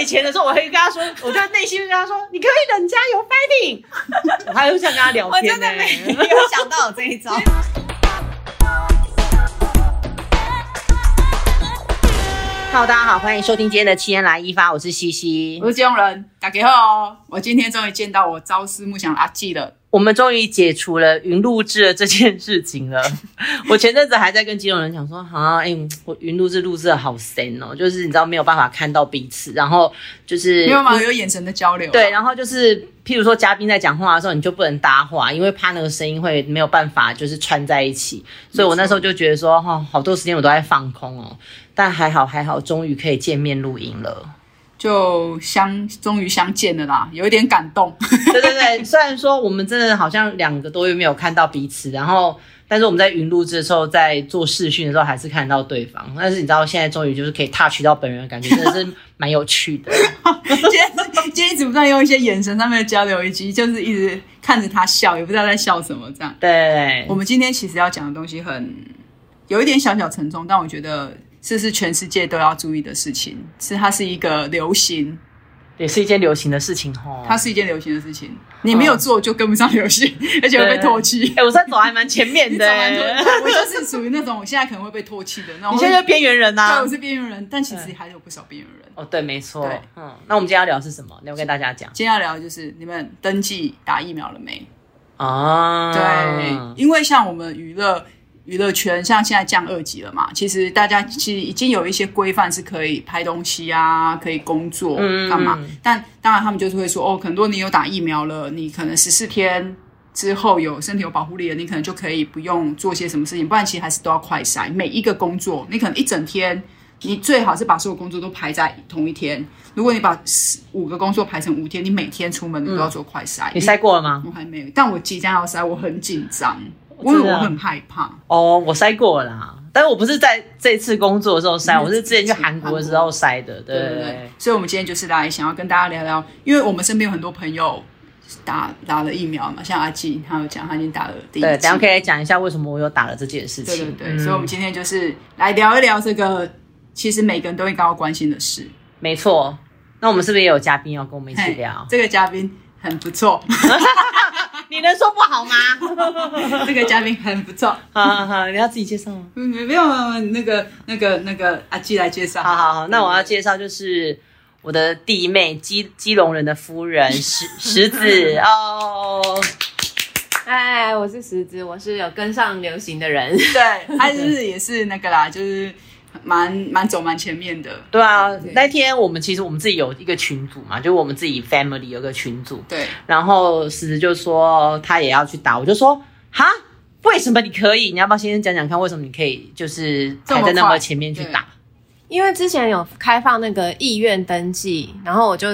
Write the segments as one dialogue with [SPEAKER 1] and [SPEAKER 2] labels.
[SPEAKER 1] 以前的时候，我会跟他说，我在内心跟他说，你可以的，你加油，fighting！我还会这样跟他聊
[SPEAKER 2] 我
[SPEAKER 1] 天
[SPEAKER 2] 真
[SPEAKER 1] 呢、
[SPEAKER 2] 的没有想到有这一招。
[SPEAKER 1] Hello，大家好，欢迎收听今天的七天来一发，我是西西
[SPEAKER 3] 我。是金融人，打给哦！我今天终于见到我朝思暮想的阿纪了。
[SPEAKER 1] 我们终于解除了云录制的这件事情了。 我前阵子还在跟金融人讲说，啊，哎、我云录制录制的好深哦，就是你知道没有办法看到彼此，然后就是
[SPEAKER 3] 没有吗？有眼神的交流啊。
[SPEAKER 1] 对，然后就是譬如说嘉宾在讲话的时候，你就不能搭话，因为怕那个声音会没有办法就是串在一起。所以我那时候就觉得说，哦，好多时间我都在放空哦，但还好还好，终于可以见面录音了。
[SPEAKER 3] 就相终于相见了啦，有一点感动。
[SPEAKER 1] 对对对， 虽然说我们真的好像两个多月没有看到彼此，然后但是我们在云录制的时候，在做视讯的时候还是看到对方。但是你知道，现在终于就是可以 touch 到本人的感 觉，真的是蛮有趣的。
[SPEAKER 3] 今天今天一直不断用一些眼神上面的交流，以及就是一直看着他笑，也不知道在笑什么这样。
[SPEAKER 1] 对
[SPEAKER 3] 我，们今天其实要讲的东西很有一点小小沉重，但我觉得这是全世界都要注意的事情，是它是一个流行，
[SPEAKER 1] 也是一件流行的事情哦。
[SPEAKER 3] 它是一件流行的事情。你
[SPEAKER 1] 嗯
[SPEAKER 3] 没有做就跟不上流行，而且会被唾弃。
[SPEAKER 1] 哎、我算走还蛮前面
[SPEAKER 3] 你
[SPEAKER 1] 的、
[SPEAKER 3] 走完之后我就是属于那种我现在可能会被唾弃的那种。
[SPEAKER 1] 你现在就是啊边缘人呐、
[SPEAKER 3] 对，我是边缘人，但其实还有不少边缘人。
[SPEAKER 1] 哦，对，没错
[SPEAKER 3] 对。
[SPEAKER 1] 嗯，那我们今天要聊的是什么？你要跟大家讲
[SPEAKER 3] 今天要聊的就是你们登记打疫苗了没？
[SPEAKER 1] 啊。
[SPEAKER 3] 对，因为像我们娱乐娱乐圈，像现在降二级了嘛，其实大家其实已经有一些规范是可以拍东西啊，可以工作
[SPEAKER 1] 嗯
[SPEAKER 3] 干嘛。
[SPEAKER 1] 嗯嗯
[SPEAKER 3] 但当然他们就是会说，哦，可能如果你有打疫苗了，你可能十四天。之后有身体有保护力了，你可能就可以不用做些什么事情，不然其实还是都要快筛。每一个工作，你可能一整天，你最好是把所有工作都排在同一天。如果你把十五个工作排成五天，你每天出门你都要做快筛、
[SPEAKER 1] 嗯你筛过了吗？
[SPEAKER 3] 我还没有，但我即将要塞，我很紧张，因
[SPEAKER 1] 真的啊
[SPEAKER 3] 为我很害怕。
[SPEAKER 1] 哦，我筛过了啦，但是我不是在这次工作的时候筛，
[SPEAKER 3] 嗯
[SPEAKER 1] 我是之前去韩国的时候筛的。对
[SPEAKER 3] 对
[SPEAKER 1] 对
[SPEAKER 3] 对
[SPEAKER 1] 对
[SPEAKER 3] 对，所以我们今天就是来想要跟大家聊聊，因为我们身边有很多朋友打打了疫苗嘛，像阿纪他有讲他已经打了第一
[SPEAKER 1] 对，等一下可
[SPEAKER 3] 剂，
[SPEAKER 1] 以讲一下为什么我有打了这件事
[SPEAKER 3] 对对
[SPEAKER 1] 情。
[SPEAKER 3] 对，
[SPEAKER 1] 嗯
[SPEAKER 3] 所以我们今天就是来聊一聊这个其实每个人都应该要关心的事。
[SPEAKER 1] 没错。那我们是不是也有嘉宾要跟我们一起
[SPEAKER 3] 嘿
[SPEAKER 1] 聊？
[SPEAKER 3] 这个嘉宾很不错，
[SPEAKER 1] 你能说不好吗？
[SPEAKER 3] 这个嘉宾很不错，
[SPEAKER 1] 好好好，你要自己介绍吗？
[SPEAKER 3] 嗯没没有没有没有那个那个那个阿纪来介绍，
[SPEAKER 1] 好好好，那我要介绍就是我的弟妹基基隆人的夫人 石石子哦，
[SPEAKER 4] 嗨，哎我是石子，我是有跟上流行的人。
[SPEAKER 3] 对，他就是也是那个啦，就是蛮蛮走蛮前面的，
[SPEAKER 1] 对啊
[SPEAKER 4] 对，
[SPEAKER 1] 那天我们其实我们自己有一个群组嘛，就我们自己 family 有个群组，
[SPEAKER 3] 对。
[SPEAKER 1] 然后石子就说他也要去打，我就说哈，为什么你可以？你要不要先讲讲看，为什么你可以就是
[SPEAKER 3] 这么
[SPEAKER 1] 排在那
[SPEAKER 3] 快
[SPEAKER 1] 么前面去打？
[SPEAKER 4] 因为之前有开放那个意愿登记，然后我就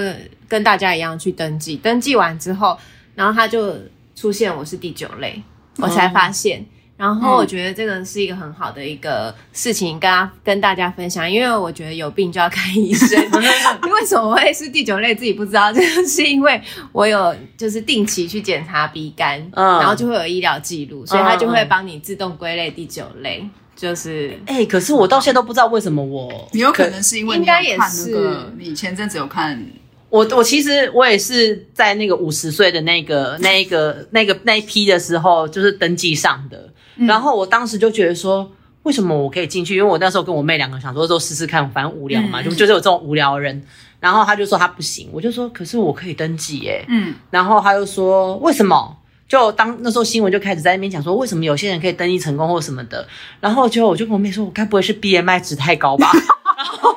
[SPEAKER 4] 跟大家一样去登记。登记完之后，然后他就出现我是第九类，我才发现。然后我觉得这个是一个很好的一个事情，跟大跟大家分享，因为我觉得有病就要看 医生。为什么会是第九类，自己不知道，就是因为我有就是定期去检查鼻肝，
[SPEAKER 1] 嗯
[SPEAKER 4] 然后就会有医疗记录，所以他就会帮你自动归类第九类，就是
[SPEAKER 1] 哎、可是我到现在都不知道为什么我
[SPEAKER 3] 你有可能是因为你
[SPEAKER 4] 应该
[SPEAKER 3] 有
[SPEAKER 4] 也
[SPEAKER 3] 看那个
[SPEAKER 4] 是，
[SPEAKER 3] 你前阵子有看，
[SPEAKER 1] 我我其实我也是在那个五十岁的那个那一个那个那一批的时候，就是登记上的。然后我当时就觉得说，为什么我可以进去？因为我那时候跟我妹两个想说，都试试看，反正无聊嘛，
[SPEAKER 3] 嗯
[SPEAKER 1] 就就是有这种无聊的人。然后她就说她不行，我就说可是我可以登记耶、
[SPEAKER 3] 嗯，
[SPEAKER 1] 然后她就说为什么？就当那时候新闻就开始在那边讲说，为什么有些人可以登记成功或什么的。然后结果我就跟我妹说，我该不会是 BMI 值太高吧？ 然后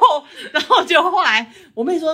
[SPEAKER 1] 然后结果后来我妹说，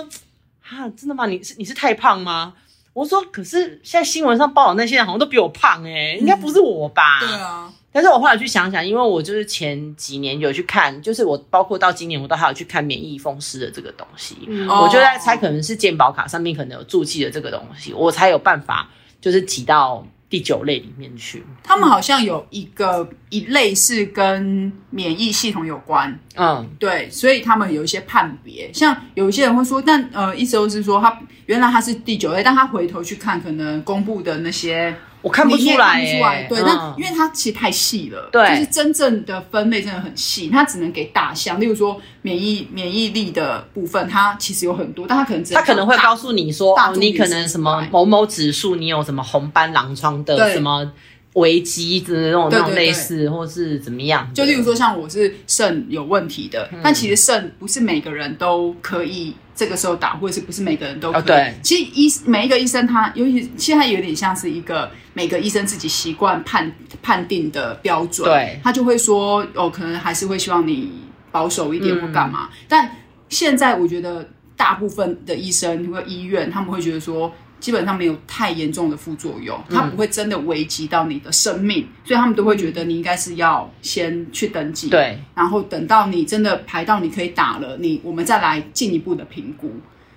[SPEAKER 1] 啊，真的吗？你是你是太胖吗？我说，可是现在新闻上报道那些人好像都比我胖哎、应该不是我吧？
[SPEAKER 3] 对啊，
[SPEAKER 1] 但是我后来去想想，因为我就是前几年有去看，就是我包括到今年我都还有去看免疫风湿的这个东西，
[SPEAKER 4] 嗯
[SPEAKER 3] 哦
[SPEAKER 1] 我就在猜可能是健保卡上面可能有注记的这个东西，我才有办法就是挤到第九类里面去。
[SPEAKER 3] 他们好像有一个一类是跟免疫系统有关，
[SPEAKER 1] 嗯，
[SPEAKER 3] 对，所以他们有一些判别，像有一些人会说，但呃，意思就是说他原来他是第九类，但他回头去看可能公布的那些
[SPEAKER 1] 我看不
[SPEAKER 3] 你也
[SPEAKER 1] 出
[SPEAKER 3] 看
[SPEAKER 1] 来
[SPEAKER 3] 不
[SPEAKER 1] 耶、
[SPEAKER 3] 出来，对，
[SPEAKER 1] 嗯
[SPEAKER 3] 但因为它其实太细了，
[SPEAKER 1] 对
[SPEAKER 3] 就是真正的分类真的很细，它只能给大项，例如说免疫免疫力的部分，它其实有很多，但它可能只
[SPEAKER 1] 他可能会告
[SPEAKER 3] 诉
[SPEAKER 1] 诉你说，
[SPEAKER 3] 大
[SPEAKER 1] 哦
[SPEAKER 3] 众，
[SPEAKER 1] 你
[SPEAKER 3] 饮
[SPEAKER 1] 可
[SPEAKER 3] 食
[SPEAKER 1] 能
[SPEAKER 3] 之
[SPEAKER 1] 什么
[SPEAKER 3] 外
[SPEAKER 1] 某某指数，你有什么红斑狼疮的
[SPEAKER 3] 哎对
[SPEAKER 1] 什么危机之类的那种那
[SPEAKER 3] 对对
[SPEAKER 1] 种
[SPEAKER 3] 对
[SPEAKER 1] 类似，或是怎么样的？
[SPEAKER 3] 就例如说，像我是肾有问题的，
[SPEAKER 1] 嗯
[SPEAKER 3] 但其实肾不是每个人都可以这个时候打，或者是不是每个人都可以。
[SPEAKER 1] 哦对
[SPEAKER 3] 其实医每一个医生他，尤其现在有点像是一个每个医生自己习惯判判定的标准，
[SPEAKER 1] 对
[SPEAKER 3] 他就会说哦，可能还是会希望你保守一点
[SPEAKER 1] 嗯
[SPEAKER 3] 或干嘛。但现在我觉得大部分的医生或医院，他们会觉得说。基本上没有太严重的副作用，它
[SPEAKER 1] 嗯
[SPEAKER 3] 不会真的危及到你的生命，所以他们都会觉得你应该是要先去登记，
[SPEAKER 1] 对，
[SPEAKER 3] 然后等到你真的排到你可以打了，你我们再来进一步的评估，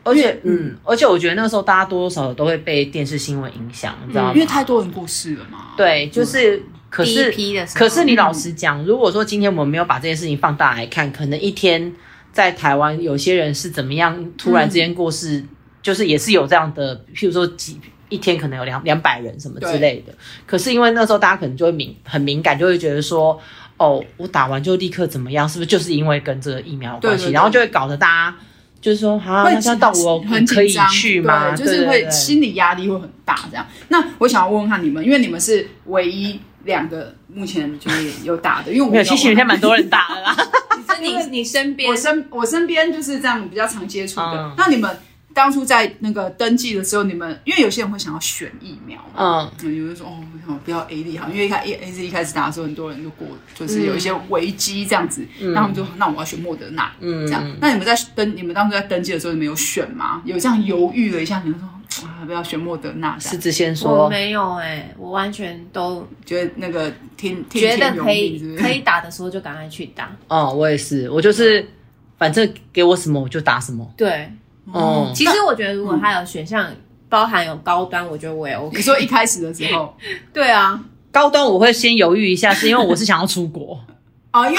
[SPEAKER 1] 而
[SPEAKER 3] 因
[SPEAKER 1] 且
[SPEAKER 3] 为
[SPEAKER 1] 嗯，而且我觉得那个时候大家多多少少都会被电视新闻影响，你知道吗？
[SPEAKER 3] 嗯因为太多人过世了嘛。
[SPEAKER 1] 对，就是可
[SPEAKER 4] 第一
[SPEAKER 1] 是
[SPEAKER 4] 批的时候，
[SPEAKER 1] 可是你老实讲，如果说今天我们没有把这件事情放大来看，可能一天在台湾有些人是怎么样突然之间过世，
[SPEAKER 3] 嗯
[SPEAKER 1] 就是也是有这样的，譬如说几一天可能有两两百人什么之类的。可是因为那时候大家可能就会敏很敏感，就会觉得说。哦，我打完就立刻怎么样？是不是就是因为跟这个疫苗有关系？
[SPEAKER 3] 对对对
[SPEAKER 1] 然后就会搞得大家就是说，啊，
[SPEAKER 3] 会
[SPEAKER 1] 那这样到我
[SPEAKER 3] 很
[SPEAKER 1] 可
[SPEAKER 3] 紧
[SPEAKER 1] 以
[SPEAKER 3] 张，
[SPEAKER 1] 去吗？
[SPEAKER 3] 对，就
[SPEAKER 1] 对
[SPEAKER 3] 是
[SPEAKER 1] 对
[SPEAKER 3] 会
[SPEAKER 1] 对
[SPEAKER 3] 心理压力会很大这样。那我想要问问看你们，因为你们是唯一两个目前就是有打的，因为我
[SPEAKER 1] 没有，
[SPEAKER 3] 们
[SPEAKER 1] 其实人家蛮多人打的啦。
[SPEAKER 4] 是你啊你身边
[SPEAKER 3] 我身我身边就是这样比较常接触的。
[SPEAKER 1] 嗯
[SPEAKER 3] 那你们当初在那个登记的时候，你们因为有些人会想要选疫苗
[SPEAKER 1] 嗯，
[SPEAKER 3] 嘛，嗯，有人说哦，我想不要 A D 好，因为一开 A A Z 一开始打的时候，很多人就过，就是有一些危机这样子，那、他们就那我要选莫德纳，
[SPEAKER 1] 嗯
[SPEAKER 3] 这样。那你们在登，你们当初在登记的时候，你们有选吗？有这样犹豫了一下，你们说啊，要不要选莫德纳？这
[SPEAKER 1] 狮
[SPEAKER 3] 样
[SPEAKER 1] 子先
[SPEAKER 4] 我
[SPEAKER 1] 说，
[SPEAKER 4] 没有哎，我完全都
[SPEAKER 3] 觉得那个听听
[SPEAKER 4] 觉
[SPEAKER 3] 天
[SPEAKER 4] 得
[SPEAKER 3] 由
[SPEAKER 4] 可
[SPEAKER 3] 命是
[SPEAKER 4] 以
[SPEAKER 3] 不是
[SPEAKER 4] 可以打的时候就赶快去打。
[SPEAKER 1] 哦，我也是，我
[SPEAKER 3] 嗯
[SPEAKER 1] 就是反正给我什么我就打什么。
[SPEAKER 4] 对，
[SPEAKER 1] 哦、
[SPEAKER 4] 其实我觉得如果它有选项包含有高端，我觉得我也
[SPEAKER 1] 嗯
[SPEAKER 4] OK
[SPEAKER 3] 你。说一开始的时候，
[SPEAKER 4] 对啊，
[SPEAKER 1] 高端我会先犹豫一下，是因为我是想要出国。
[SPEAKER 3] 哦，因为、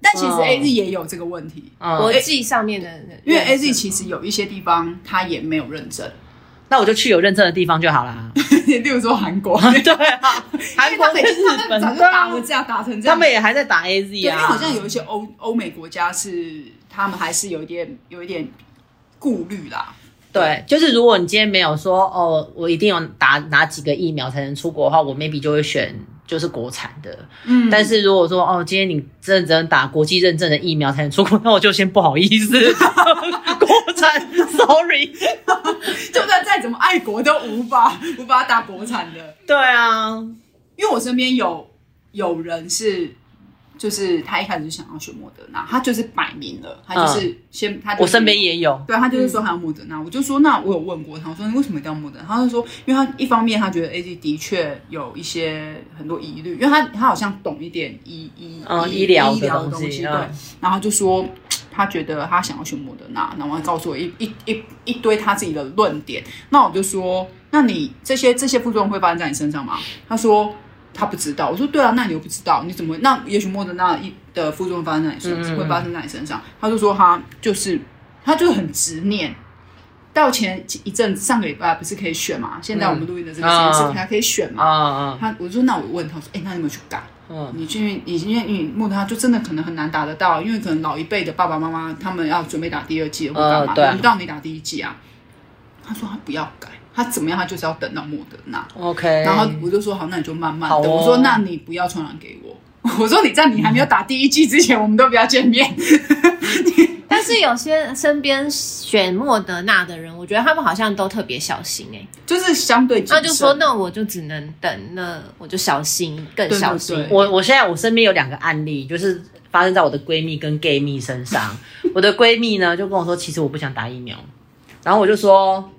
[SPEAKER 3] 但其实
[SPEAKER 1] 啊哦
[SPEAKER 3] A Z 也有这个问题，
[SPEAKER 1] 嗯
[SPEAKER 4] 国，际上面的，
[SPEAKER 3] 呃因为 A Z 其实有一些地方它也没有认证，
[SPEAKER 1] 那我就去有认证的地方就好啦。
[SPEAKER 3] 例如说韩国，
[SPEAKER 1] 对啊，韩
[SPEAKER 3] 因为
[SPEAKER 1] 国
[SPEAKER 3] 他
[SPEAKER 1] 跟
[SPEAKER 3] 们
[SPEAKER 1] 日
[SPEAKER 3] 他们
[SPEAKER 1] 本
[SPEAKER 3] 早就
[SPEAKER 1] 对
[SPEAKER 3] 打
[SPEAKER 1] 啊
[SPEAKER 3] 成这样，打成这样，
[SPEAKER 1] 他们也还在打
[SPEAKER 3] 对，
[SPEAKER 1] AZ
[SPEAKER 3] 因
[SPEAKER 1] 啊，
[SPEAKER 3] 为好像有一些欧欧美国家是他们还是有一点有一点顾虑啦。
[SPEAKER 1] 对，就是如果你今天没有说哦，我一定有打哪几个疫苗才能出国的话，我 maybe 就会选就是国产的。
[SPEAKER 3] 嗯
[SPEAKER 1] 但是如果说哦，今天你真的只能打国际认证的疫苗才能出国，那我就先不好意思， 国产，sorry。
[SPEAKER 3] 就算再怎么爱国，都无法 无法打国产的，
[SPEAKER 1] 对啊，
[SPEAKER 3] 因为我身边有有人是。就是他一开始就想要选莫德纳，他就是摆明了，他就是先、他就
[SPEAKER 1] 嗯
[SPEAKER 3] 是
[SPEAKER 1] 我身边也有，
[SPEAKER 3] 对，他就是说
[SPEAKER 1] 嗯
[SPEAKER 3] 还有莫德纳，我就说那我有问过他，我说你为什么一定要莫德纳？他就说，因为他一方面他觉得 A Z 的确有一些很多疑虑，因为他他好像懂一点医医
[SPEAKER 1] 嗯
[SPEAKER 3] 医
[SPEAKER 1] 医疗的
[SPEAKER 3] 医疗
[SPEAKER 1] 东
[SPEAKER 3] 东
[SPEAKER 1] 西
[SPEAKER 3] 对
[SPEAKER 1] 嗯，
[SPEAKER 3] 然后他就说他觉得他想要选莫德纳，然后他告诉我一一一一堆他自己的论点，那我就说，那你这些这些副作用会发生在你身上吗？他说。他不知道，我说对啊，那你又不知道，你怎么会那也许莫德纳一的副作用发生在你身上，
[SPEAKER 1] 嗯
[SPEAKER 3] 会发生在你身上。他就说他就是他就很执念。到前一阵子上个礼拜不是可以选嘛？现在我们录音的这个时间
[SPEAKER 1] 嗯
[SPEAKER 3] 是还可以选嘛？
[SPEAKER 1] 啊
[SPEAKER 3] 他我就说那我问他我说，哎、那你有没有去改？
[SPEAKER 1] 嗯
[SPEAKER 3] 你去你因为你木他就真的可能很难打得到，因为可能老一辈的爸爸妈妈他们要准备打第二季或干嘛，
[SPEAKER 1] 呃对啊
[SPEAKER 3] 轮不到你打第一季啊。他说他不要改，他怎么样他就是要等到莫德纳。
[SPEAKER 1] ，OK。
[SPEAKER 3] 然后我就说好，那你就慢
[SPEAKER 1] 哎
[SPEAKER 3] 慢
[SPEAKER 1] 好
[SPEAKER 3] 等。
[SPEAKER 1] 哦
[SPEAKER 3] 我说那你不要传染给我。我说你在你还没有打第一季之前，我们都不要见面。
[SPEAKER 4] 但是有些身边选莫德纳的人，我觉得他们好像都特别小心哎、
[SPEAKER 3] 就是相对谨
[SPEAKER 4] 那
[SPEAKER 3] 慎，
[SPEAKER 4] 就说那我就只能等，那我就小心，更
[SPEAKER 3] 对
[SPEAKER 4] 小心。
[SPEAKER 3] 对对
[SPEAKER 1] 我我现在我身边有两个案例，就是发生在我的闺蜜跟 gay 蜜身上。我的闺蜜呢就跟我说，其实我不想打疫苗，然后我就说，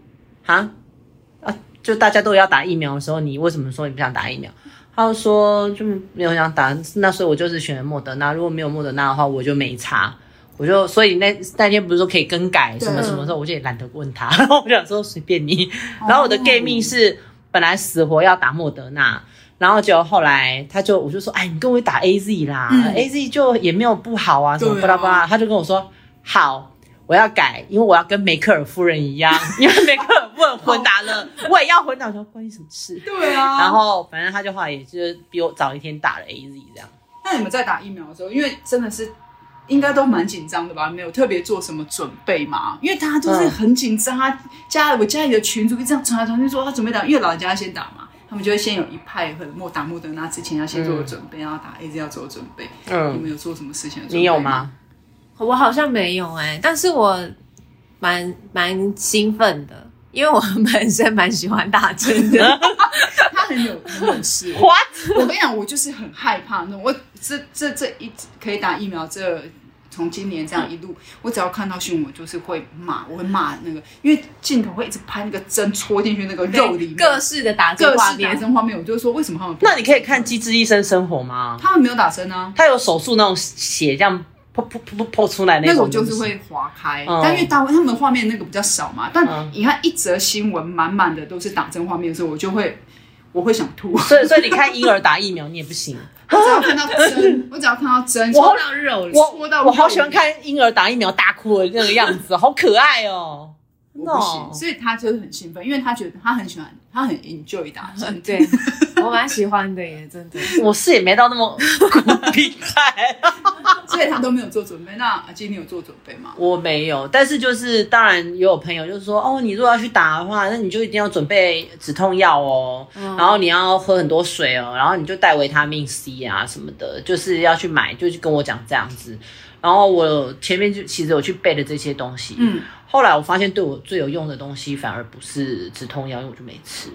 [SPEAKER 1] 哈啊，就大家都要打疫苗的时候，你为什么说你不想打疫苗？她就说就没有想打，那所以我就是选了莫德纳。如果没有莫德纳的话，我就没差。我就所以那那天不是说可以更改什么什么的时候，我就也懒得问她。然后我想说随便你。然后我的 gay 蜜是本来死活要打莫德纳，然后就后来他就我就说，哎，你跟我打 A Z 啦、
[SPEAKER 3] 嗯
[SPEAKER 1] a Z 就也没有不好啊，什么
[SPEAKER 3] 对啊
[SPEAKER 1] 巴拉巴拉，他就跟我说好。我要改，因为我要跟梅克尔夫人一样， 因为梅克尔夫人混打了，我也要混打。我说关你什么事？
[SPEAKER 3] 对啊
[SPEAKER 1] 然后反正他就后来也就是比我早一天打了 AZ 这样。
[SPEAKER 3] 那你们在打疫苗的时候，因为真的是应该都蛮紧张的吧？没有特别做什么准备嘛？因为大家都是很紧张啊，家我家里的群主一这样传来传去说他啊准备打，因为老人家先打嘛，他们就会先有一派和莫打莫德纳之前要先做的准备，然后打 A Z 要做的准备。你
[SPEAKER 1] 嗯，
[SPEAKER 3] 们有做什么事情的准备？
[SPEAKER 1] 你有？吗？
[SPEAKER 4] 我好像没有哎、但是我蛮蛮兴奋的，因为我本身蛮喜欢打 针的。
[SPEAKER 3] 他很有很有事。
[SPEAKER 1] 花
[SPEAKER 3] 我跟你讲，我就是很害怕那种。我这这这一可以打疫苗，这从今年这样一路，我只要看到新闻，我就是会骂，我会骂那个，因为镜头会一直拍那个针戳进去那个肉里面，
[SPEAKER 4] 各式的打
[SPEAKER 3] 各
[SPEAKER 4] 针画
[SPEAKER 3] 式打
[SPEAKER 4] 面，
[SPEAKER 3] 针画面，我就会说为什么他们不？
[SPEAKER 1] 那你可以看《机智医生生活》吗？
[SPEAKER 3] 他们没有打针啊，
[SPEAKER 1] 他有手术那种血这样噗噗噗噗噗出来
[SPEAKER 3] 那
[SPEAKER 1] 种，
[SPEAKER 3] 种就是会划开，
[SPEAKER 1] 嗯
[SPEAKER 3] 但因为大部分他们画面那个比较少嘛，但
[SPEAKER 1] 嗯
[SPEAKER 3] 你看一则新闻满满的都是打针画面的时候，我就会我会想吐，
[SPEAKER 1] 所以，所以你看婴儿打疫苗，你也不行。
[SPEAKER 3] 我只要看到针，我只要看到针，
[SPEAKER 1] 我
[SPEAKER 3] 戳到肉，戳到
[SPEAKER 1] 我好喜
[SPEAKER 3] 肉
[SPEAKER 1] 欢看婴儿打疫苗大哭的那个样子，好可爱哦！真的
[SPEAKER 3] 我不
[SPEAKER 1] 哦
[SPEAKER 3] 行，所以他就是很兴奋，因为他觉得他很喜欢，他很 enjoy 打针。
[SPEAKER 4] 对，我蛮喜欢的耶，真的。
[SPEAKER 1] 我是也没到那 么苦逼态，
[SPEAKER 3] 所以他都没有做准备。那阿基，你有做准备吗？
[SPEAKER 1] 我没有。但是就是，当然也有朋友就是说，哦，你如果要去打的话，那你就一定要准备止痛药哦，
[SPEAKER 3] 嗯
[SPEAKER 1] 然后你要喝很多水哦，然后你就带维他命 C 啊什么的，就是要去买，就去跟我讲这样子。然后我前面就其实我去备的这些东西，
[SPEAKER 3] 嗯，
[SPEAKER 1] 后来我发现对我最有用的东西反而不是止痛药，因为我就没吃。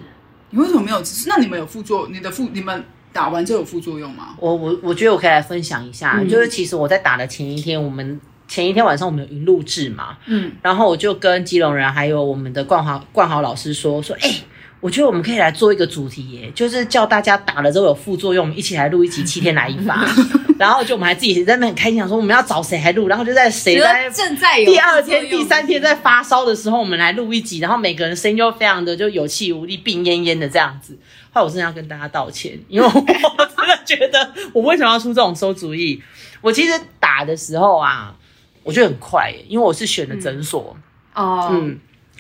[SPEAKER 3] 你为什么没有？那你们有副作？你的副你们打完之后有副作用吗？
[SPEAKER 1] 我我我觉得我可以来分享一下，
[SPEAKER 3] 嗯
[SPEAKER 1] 就是其实我在打的前一天，我们前一天晚上我们有云录制嘛，
[SPEAKER 3] 嗯，
[SPEAKER 1] 然后我就跟基隆人还有我们的冠豪冠豪老师说说，哎、我觉得我们可以来做一个主题耶，就是叫大家打了之后有副作用，我们一起来录一集七天来一发。 然后就我们还自己在那边很开心，想说我们要找谁来录，然后就在谁
[SPEAKER 4] 觉
[SPEAKER 1] 在
[SPEAKER 4] 得正在有
[SPEAKER 1] 第二天、
[SPEAKER 4] 副作用嗯
[SPEAKER 1] 第三天在发烧的时候，我们来录一集，然后每个人声音就非常的就有气无力、病恹恹的这样子。后来我真的要跟大家道歉，因为我 我真的觉得我为什么要出这种馊主意？我其实打的时候啊，我觉得很快耶，因为我是选的诊所，
[SPEAKER 4] 哦，
[SPEAKER 1] 嗯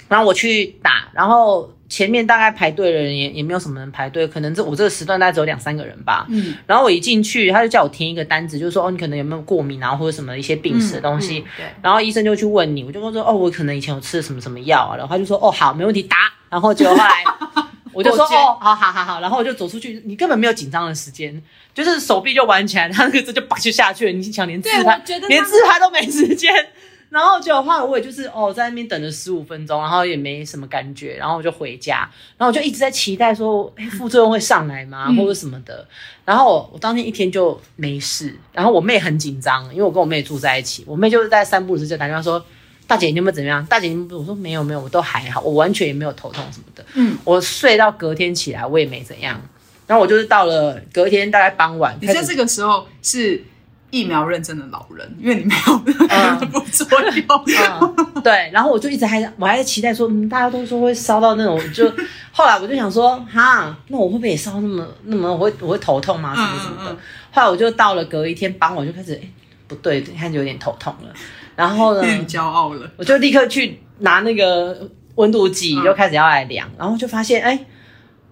[SPEAKER 1] 然后我去打，然后前面大概排队的人也也没有什么人排队，可能这我这个时段大概只有两三个人吧，
[SPEAKER 3] 嗯，
[SPEAKER 1] 然后我一进去，他就叫我填一个单子，就说哦，你可能有没有过敏啊，或者什么一些病史的东西。
[SPEAKER 4] 嗯嗯对
[SPEAKER 1] 然后医生就去问你，我就跟他说哦，我可能以前有吃什么什么药啊，然后他就说哦，好，没问题，打。然后结果后来 我就说
[SPEAKER 3] 果决
[SPEAKER 1] 哦，好好好好，然后我就走出去，你根本没有紧张的时间，就是手臂就弯起来，他那个针就叭就下去了，你想连自
[SPEAKER 4] 对
[SPEAKER 1] 拍
[SPEAKER 4] 我觉得他
[SPEAKER 1] 连自拍都没时间。 然后结果后来我也就是哦，在那边等了十五分钟，然后也没什么感觉，然后我就回家，然后我就一直在期待说，哎，副作用会上来
[SPEAKER 4] 嗯
[SPEAKER 1] 吗，或者什么的。然后我我当天一天就没事，然后我妹很紧张，因为我跟我妹住在一起，我妹就是在散步时就打电话说。大姐，你有没有怎么样？大姐，你有没有我说没有没有，我都还好，我完全也没有头痛什么的。
[SPEAKER 3] 嗯，
[SPEAKER 1] 我睡到隔天起来，我也没怎样。然后我就是到了隔天大概傍晚，
[SPEAKER 3] 你
[SPEAKER 1] 开
[SPEAKER 3] 在
[SPEAKER 1] 始
[SPEAKER 3] 这个时候是疫苗认证的老人，因为你没有
[SPEAKER 1] 嗯
[SPEAKER 3] 副作用。
[SPEAKER 1] 嗯，对，然后我就一直还我还在期待说，嗯，大家都说会烧到那种， 就后来我就想说，哈，那我会不会也烧那么那么我会我会头痛吗？什么什么的。
[SPEAKER 3] 嗯嗯嗯
[SPEAKER 1] 后来我就到了隔一天傍晚就开始，哎，不对，开始有点头痛了。然后 呢
[SPEAKER 3] 有，点骄傲了，
[SPEAKER 1] 我就立刻去拿那个温度计，
[SPEAKER 3] 嗯
[SPEAKER 1] 就开始要来量，然后就发现，哎，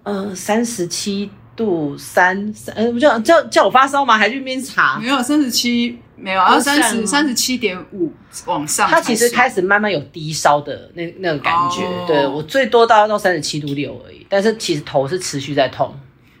[SPEAKER 1] 嗯、三十七度三三，呃，不叫叫叫我发烧吗？还去那边查
[SPEAKER 3] 没？有三十七，没有，要
[SPEAKER 4] 不算
[SPEAKER 3] 三
[SPEAKER 4] 吗
[SPEAKER 3] 十三十七点五往上才
[SPEAKER 1] 它其
[SPEAKER 3] 算。
[SPEAKER 1] 实开始慢慢有低烧的那那个感觉，
[SPEAKER 3] 哦
[SPEAKER 1] 对我最多到到三十七度六而已，但是其实头是持续在痛，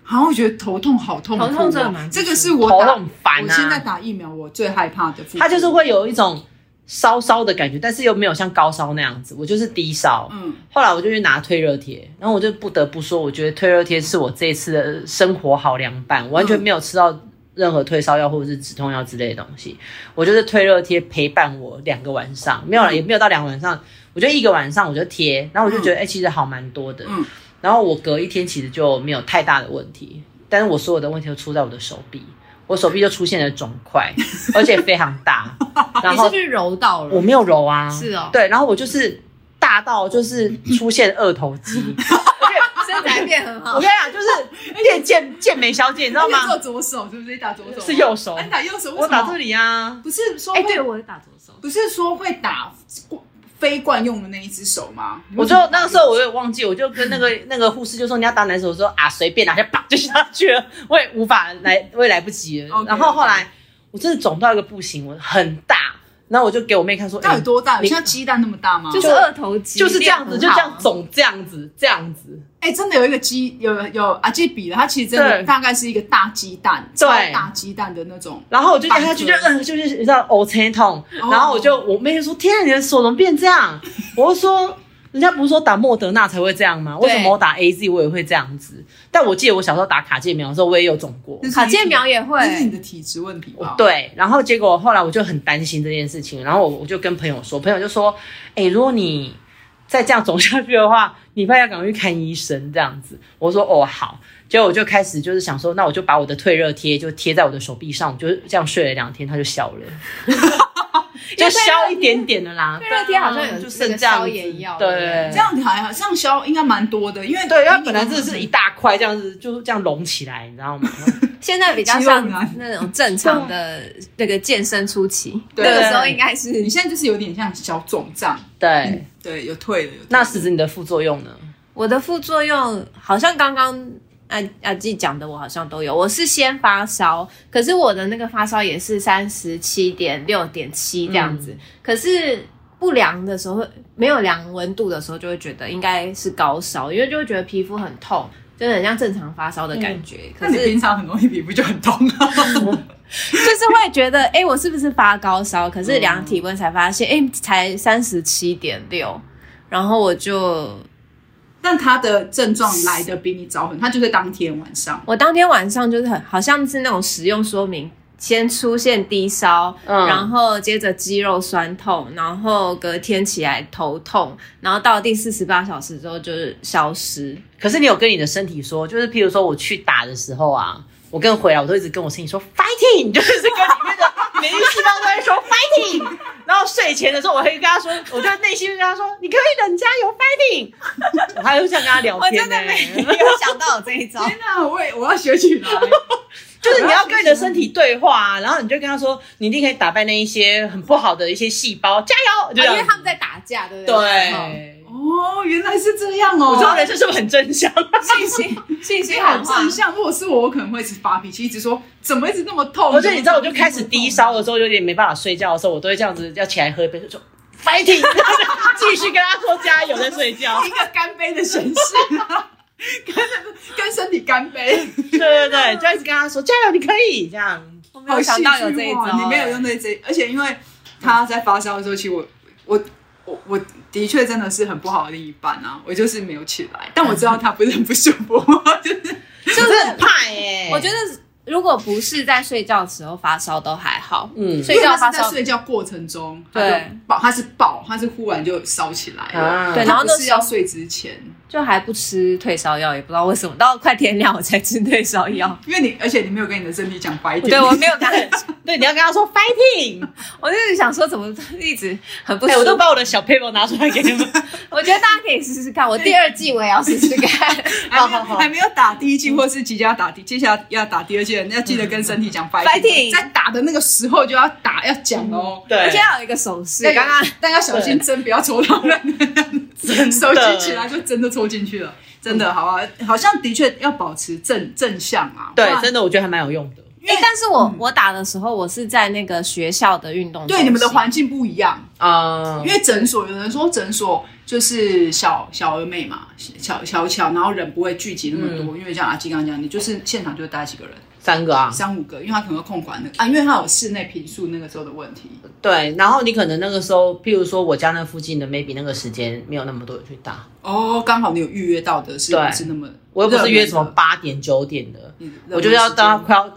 [SPEAKER 3] 然后我觉得头痛好痛苦哦、
[SPEAKER 4] 头痛真的蛮
[SPEAKER 3] 这个是我
[SPEAKER 1] 头
[SPEAKER 3] 打
[SPEAKER 1] 痛很烦
[SPEAKER 3] 我现在
[SPEAKER 1] 啊。
[SPEAKER 3] 打疫苗我最害怕的副作用，
[SPEAKER 1] 它就是会有一种烧烧的感觉，但是又没有像高烧那样子，我就是低烧。
[SPEAKER 3] 嗯，
[SPEAKER 1] 后来我就去拿退热贴，然后我就不得不说，我觉得退热贴是我这一次的生活好凉拌，我完全没有吃到任何退烧药或者是止痛药之类的东西，我就是退热贴陪伴我两个晚上，没有了，也没有到两个晚上，我就一个晚上我就贴，然后我就觉得哎、诶其实好蛮多的，
[SPEAKER 3] 嗯
[SPEAKER 1] 然后我隔一天其实就没有太大的问题，但是我所有的问题都出在我的手臂，我手臂就出现了肿 块，而且非常大，然
[SPEAKER 4] 你是
[SPEAKER 1] 后
[SPEAKER 4] 不是揉到了？
[SPEAKER 1] 我没有揉啊，
[SPEAKER 4] 是哦
[SPEAKER 1] 对，然后我就是大到就是出现二头 肌，
[SPEAKER 4] 身材变很
[SPEAKER 1] 我跟
[SPEAKER 3] 哦
[SPEAKER 4] 好
[SPEAKER 1] 你，讲，就是 健健健美小姐，你知道
[SPEAKER 3] 而且只
[SPEAKER 1] 吗？
[SPEAKER 3] 哦有左手，是不是？你打左手吗
[SPEAKER 1] 是右手
[SPEAKER 3] 啊你打右手，为什么
[SPEAKER 1] 我打这里啊，
[SPEAKER 3] 不是说
[SPEAKER 4] 哎，对，我是打左手，
[SPEAKER 3] 不是说会打非惯用的那一只手吗？
[SPEAKER 1] 我就那个时候我也忘记，我就跟那个那个护士就说你要打哪手，我说啊随便拿下，啪就下去了，我也无法来，我也来不及了。
[SPEAKER 3] OK，OK
[SPEAKER 1] 然后后来我真的肿到一个不行，我很大，然后我就给我妹看说，
[SPEAKER 3] 到
[SPEAKER 1] 哎
[SPEAKER 3] 底多大？有
[SPEAKER 1] 你
[SPEAKER 3] 像鸡蛋那么大吗？
[SPEAKER 4] 就是二头肌，
[SPEAKER 1] 就是这样子，就
[SPEAKER 4] 练
[SPEAKER 1] 这
[SPEAKER 4] 很好
[SPEAKER 1] 样。肿，这样子，这样子，
[SPEAKER 3] 哎、真的有一个鸡，有有阿基比的，它其实真的
[SPEAKER 1] 对
[SPEAKER 3] 大概是一个大鸡蛋，
[SPEAKER 1] 对
[SPEAKER 3] 超大鸡蛋的那种。
[SPEAKER 1] 然后我就压下去，就
[SPEAKER 3] 反
[SPEAKER 1] 嗯，就是你知道呕心痛。
[SPEAKER 3] 哦
[SPEAKER 1] 然后我就我妹就说：“天啊，你的手怎么变这样？”我就说：“人家不是说打莫德纳才会这样吗？为什么我打 A Z 我也会这样子？但我记得我小时候打卡介苗的时候，我也有肿过。
[SPEAKER 3] 那是
[SPEAKER 4] 卡
[SPEAKER 3] 你的
[SPEAKER 4] 介苗也会
[SPEAKER 3] 那是你的体质问题吧？，
[SPEAKER 1] 对，然后结果后来我就很担心这件事情，然后我我就跟朋友说，朋友就说：“哎、如果你再这样肿下去的话，你怕要赶快去看医生这样子。”我说：“哦，好。”结果我就开始就是想说，那我就把我的退热贴就贴在我的手臂上，我就这样睡了两天，它就消了，就消一点点的啦。
[SPEAKER 4] 热贴好像有
[SPEAKER 1] 就
[SPEAKER 4] 那
[SPEAKER 1] 剩
[SPEAKER 4] 个
[SPEAKER 1] 这样
[SPEAKER 4] 消
[SPEAKER 1] 子
[SPEAKER 4] 炎药，
[SPEAKER 1] 对
[SPEAKER 3] 这样你还好，这样消应该蛮多的，因为
[SPEAKER 1] 对，因为它本来真的是一大块这样子，就是这样隆起来，你知道 吗？
[SPEAKER 4] 现在比较
[SPEAKER 3] 肌肉
[SPEAKER 4] 像
[SPEAKER 3] 男
[SPEAKER 4] 那种正常的那个健身初期，
[SPEAKER 3] 对
[SPEAKER 4] 那个时候应该是
[SPEAKER 3] 你现在就是有点像小肿胀，
[SPEAKER 1] 对，
[SPEAKER 3] 对，有退了，有退了
[SPEAKER 1] 那狮子你的副作用呢？
[SPEAKER 4] 我的副作用好像刚刚阿阿季讲的，我好像都有。我是先发烧，可是我的那个发烧也是三十七点六点七这样子，可是不凉的时候会没有量温度的时候，就会觉得应该是高烧，因为就会觉得皮肤很痛。真的很像正常发烧的感觉，
[SPEAKER 3] 那
[SPEAKER 4] 可
[SPEAKER 3] 你
[SPEAKER 4] 是
[SPEAKER 3] 平常很容易皮肤就很痛 啊，
[SPEAKER 4] 就是会觉得，哎、我是不是发高烧？可是量体温才发现，哎、才三十七点六，然后我就
[SPEAKER 3] 但它的症状来的比你早很，它就在当天晚上。
[SPEAKER 4] 我当天晚上就是很好像是那种使用说明，先出现低烧，
[SPEAKER 1] 嗯
[SPEAKER 4] 然后接着肌肉酸痛，然后隔天起来头痛，然后到第四十八小时之后就是消失。
[SPEAKER 1] 可是你有跟你的身体说，就是譬如说我去打的时候啊，我跟回来我都一直跟我身体说 fighting，就是跟里面的免疫细胞都在说 fighting。然后睡前的时候，我会跟他说，我就内心跟他说，你可以冷加油 fighting。我还会这样跟他聊天呢、
[SPEAKER 2] 没 有想到有这一招，
[SPEAKER 3] 天哪，我也我要学起来。
[SPEAKER 1] 就是你要跟你的身体对话、啊，然后你就跟他说，你一定可以打败那一些很不好的一些细胞，加油！就这
[SPEAKER 4] 啊因
[SPEAKER 1] 样
[SPEAKER 4] 为他们在打架，对不对？
[SPEAKER 1] 对。
[SPEAKER 3] 哦，原来是这样哦。
[SPEAKER 1] 我知道人生是不是很正向？
[SPEAKER 4] 信心信
[SPEAKER 3] 你
[SPEAKER 4] 心
[SPEAKER 3] 好
[SPEAKER 4] 喊话
[SPEAKER 3] 正。向，如果是我，我可能会一直发脾气，一直说怎么一直那么痛。
[SPEAKER 1] 而且你知道，哦我就开始低烧
[SPEAKER 3] 了。
[SPEAKER 1] 的时候，有点没办法睡觉的时候，我都会这样子要起来喝一杯，就说 fighting，继续跟他说加油，在睡觉。
[SPEAKER 3] 一个干杯的神式、啊， 跟跟身体干杯，
[SPEAKER 1] 对对对，就一直跟他说加油，你可以这样。
[SPEAKER 4] 我没有想到有这一
[SPEAKER 3] 好戏
[SPEAKER 4] 招，哎
[SPEAKER 3] 剧化你没有用这一招，而且因为他在发烧的时候，其实我我我我的确真的是很不好的另一半啊，我就是没有起来，但我知道他不是很不舒服， 就是
[SPEAKER 1] 就是很怕哎、
[SPEAKER 4] 我觉得如果不是在睡觉的时候发烧都还好，
[SPEAKER 1] 嗯
[SPEAKER 4] 睡觉
[SPEAKER 3] 因为他
[SPEAKER 4] 发
[SPEAKER 3] 是在
[SPEAKER 4] 烧
[SPEAKER 3] 睡觉过程中，他
[SPEAKER 4] 对
[SPEAKER 3] 就爆，他是爆，他是忽然就烧起来了，
[SPEAKER 1] 啊对
[SPEAKER 3] 他
[SPEAKER 4] 然后
[SPEAKER 3] 不
[SPEAKER 4] 那
[SPEAKER 3] 是
[SPEAKER 4] 时候
[SPEAKER 3] 要睡之前。
[SPEAKER 4] 就还不吃退烧药，也不知道为什么，到快天亮我才吃退烧 药。
[SPEAKER 3] 因为你，而且你没有跟你的身体讲白点，
[SPEAKER 4] 对我没有敢，
[SPEAKER 1] 对，你要跟他说 fighting，
[SPEAKER 4] 我就是想说怎么一直很不
[SPEAKER 1] 哎、
[SPEAKER 4] 舒服。
[SPEAKER 1] 我都把我的小 paper 拿出来给你们。
[SPEAKER 4] 我觉得大家可以试试看，我第二季我也要试 试看。
[SPEAKER 3] 还没
[SPEAKER 1] 好
[SPEAKER 4] 哦
[SPEAKER 3] 有
[SPEAKER 1] 好好
[SPEAKER 3] 还没有打第一季，或是即将打第，接下来要打第二季的人，要记得跟身体讲
[SPEAKER 4] fighting
[SPEAKER 3] 在打的那个时候就要打，要讲哦。
[SPEAKER 1] 对
[SPEAKER 4] 而且要有一个手势，哎
[SPEAKER 3] 对，
[SPEAKER 4] 刚
[SPEAKER 3] 刚
[SPEAKER 4] 刚
[SPEAKER 3] 刚但要小心针不要戳到人，手举起来就真的戳进去了，真
[SPEAKER 1] 嗯
[SPEAKER 3] 的好啊，好像的确要保持正正向啊，不
[SPEAKER 1] 对，
[SPEAKER 3] 然
[SPEAKER 1] 真的，我觉得还蛮有用的。
[SPEAKER 3] 因为嗯
[SPEAKER 4] 哎、但是我、我打的时候，我是在那个学校的运动中心，
[SPEAKER 3] 对你们的环境不一样，
[SPEAKER 1] 啊、
[SPEAKER 3] 因为诊所有人说诊所就是小小而美嘛，小小巧，然后人不会聚集那么
[SPEAKER 1] 嗯
[SPEAKER 3] 多，因为像阿基刚刚讲，你就是现场就带几个人，
[SPEAKER 1] 三个啊，
[SPEAKER 3] 三五个，因为他可能会控管那个啊，因为他有室内平数那个时候的问题。
[SPEAKER 1] 对，然后你可能那个时候，譬如说我家那附近的 maybe 那个时间没有那么多人去打，
[SPEAKER 3] 哦，刚好你有预约到的是
[SPEAKER 1] 对
[SPEAKER 3] 不是那么？
[SPEAKER 1] 我又不是约什么，八点九点的，我就是要到快要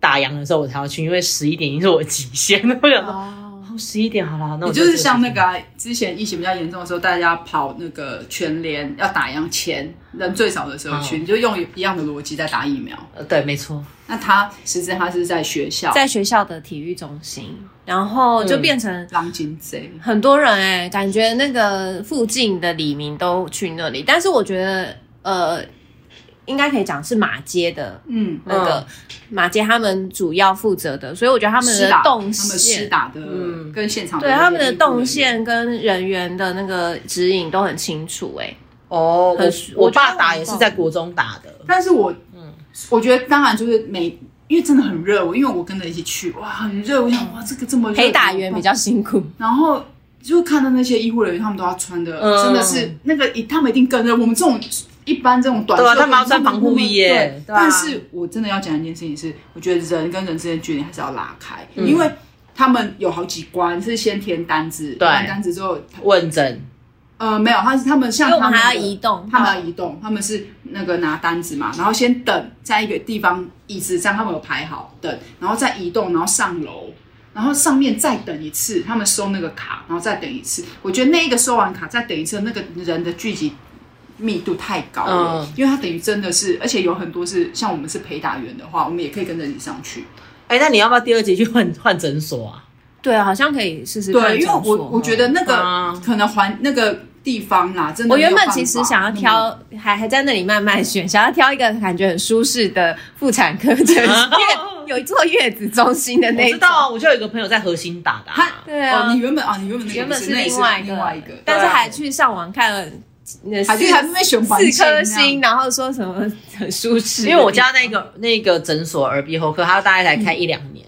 [SPEAKER 1] 打烊的时候我才要去，因为十一点已经是我的极限 了。我想说，
[SPEAKER 4] 哦，
[SPEAKER 1] 哦，十一点好了，那我
[SPEAKER 3] 你就是
[SPEAKER 1] 在这
[SPEAKER 3] 像那个啊、之前疫情比较严重的时候，大家跑那个全联要打烊前人最少的时候去，
[SPEAKER 1] 嗯
[SPEAKER 3] 你就用一样的逻辑在打疫苗。
[SPEAKER 1] 呃，对，没错，
[SPEAKER 3] 那他实质他是在学校，
[SPEAKER 4] 在学校的体育中心，然后
[SPEAKER 3] 嗯
[SPEAKER 4] 就变成
[SPEAKER 3] 狼金贼。嗯
[SPEAKER 4] 很多人哎、感觉那个附近的李明都去那里，但是我觉得呃，应该可以讲是马街的
[SPEAKER 3] 嗯，
[SPEAKER 4] 那个、马街他们主要负责的，所以我觉得他们
[SPEAKER 3] 施
[SPEAKER 4] 的
[SPEAKER 3] 打
[SPEAKER 4] 动
[SPEAKER 3] 他们施
[SPEAKER 4] 线。
[SPEAKER 3] 打的
[SPEAKER 1] 嗯
[SPEAKER 3] 跟现场
[SPEAKER 4] 对他们的动
[SPEAKER 3] 线，
[SPEAKER 4] 线跟人员的那个指引都很清楚、欸，
[SPEAKER 1] 哦，
[SPEAKER 4] 很
[SPEAKER 1] 我我
[SPEAKER 4] 我觉得
[SPEAKER 1] 爸
[SPEAKER 4] 很
[SPEAKER 1] 打也是
[SPEAKER 4] 棒
[SPEAKER 1] 在国中打的，
[SPEAKER 3] 但是我
[SPEAKER 1] 嗯，
[SPEAKER 3] 我觉得当然就是每。因为真的很热，我因为我跟着一起去，哇，很热。我想，哇，这个这么热，
[SPEAKER 4] 陪打员比较辛苦，
[SPEAKER 3] 然后就看到那些医护人员，他们都要穿的，
[SPEAKER 1] 嗯
[SPEAKER 3] 真的是那个一，他们一定跟着我们这种一般这种短袖，
[SPEAKER 1] 对啊他们要穿防护衣耶
[SPEAKER 3] 对
[SPEAKER 1] 对啊
[SPEAKER 3] 但是我真的要讲一件事情是，我觉得人跟人之间的距离还是要拉开，
[SPEAKER 1] 嗯
[SPEAKER 3] 因为他们有好几关是先填单子，
[SPEAKER 1] 对
[SPEAKER 3] 填完单子之后，
[SPEAKER 1] 问诊，
[SPEAKER 3] 呃，没有，他是他们
[SPEAKER 4] 因
[SPEAKER 3] 像
[SPEAKER 4] 为我们
[SPEAKER 3] 他
[SPEAKER 4] 还
[SPEAKER 3] 的
[SPEAKER 4] 要移动。
[SPEAKER 3] 他们要移动，他们是那个拿单子嘛，然后先等在一个地方椅子上，他们有排好等，然后再移动，然后上楼，然后上面再等一次，他们收那个卡，然后再等一次。我觉得那一个收完卡再等一次，那个人的聚集密度太高了，
[SPEAKER 1] 嗯
[SPEAKER 3] 因为他等于真的是，而且有很多是像我们是陪打员的话，我们也可以跟着你上去。
[SPEAKER 1] 哎、那你要不要第二节去换换诊所啊？
[SPEAKER 4] 对啊，好像可以试试看
[SPEAKER 3] 对，因为
[SPEAKER 4] 诊
[SPEAKER 3] 我
[SPEAKER 4] 所
[SPEAKER 3] 我觉得那个、
[SPEAKER 1] 嗯
[SPEAKER 3] 可能还那个地方啦，真的
[SPEAKER 4] 我
[SPEAKER 3] 没有
[SPEAKER 4] 原本
[SPEAKER 3] 办
[SPEAKER 4] 其实
[SPEAKER 3] 法嗯
[SPEAKER 4] 想要
[SPEAKER 3] 那么
[SPEAKER 4] 挑，还还在那里慢慢选，想要挑一个感觉很舒适的妇产科诊所，
[SPEAKER 3] 啊
[SPEAKER 4] 有坐月子中心的
[SPEAKER 1] 我
[SPEAKER 4] 那
[SPEAKER 1] 知
[SPEAKER 4] 种。
[SPEAKER 1] 道啊，我就有一个朋友在核心打的、啊，
[SPEAKER 4] 对啊
[SPEAKER 3] 哦，你原本啊，你原本那个
[SPEAKER 4] 原本
[SPEAKER 3] 不
[SPEAKER 4] 是
[SPEAKER 3] 那也
[SPEAKER 4] 另外一
[SPEAKER 3] 另
[SPEAKER 4] 个，
[SPEAKER 3] 外一个，
[SPEAKER 4] 但是
[SPEAKER 1] 对啊
[SPEAKER 4] 还去上网看了那
[SPEAKER 3] 还
[SPEAKER 4] 四
[SPEAKER 3] 去还没选环境
[SPEAKER 4] 四颗
[SPEAKER 3] 这样
[SPEAKER 4] 星，然后说什么很舒适，
[SPEAKER 1] 因为我家那个那个诊所耳鼻喉科，他大概才开一两年，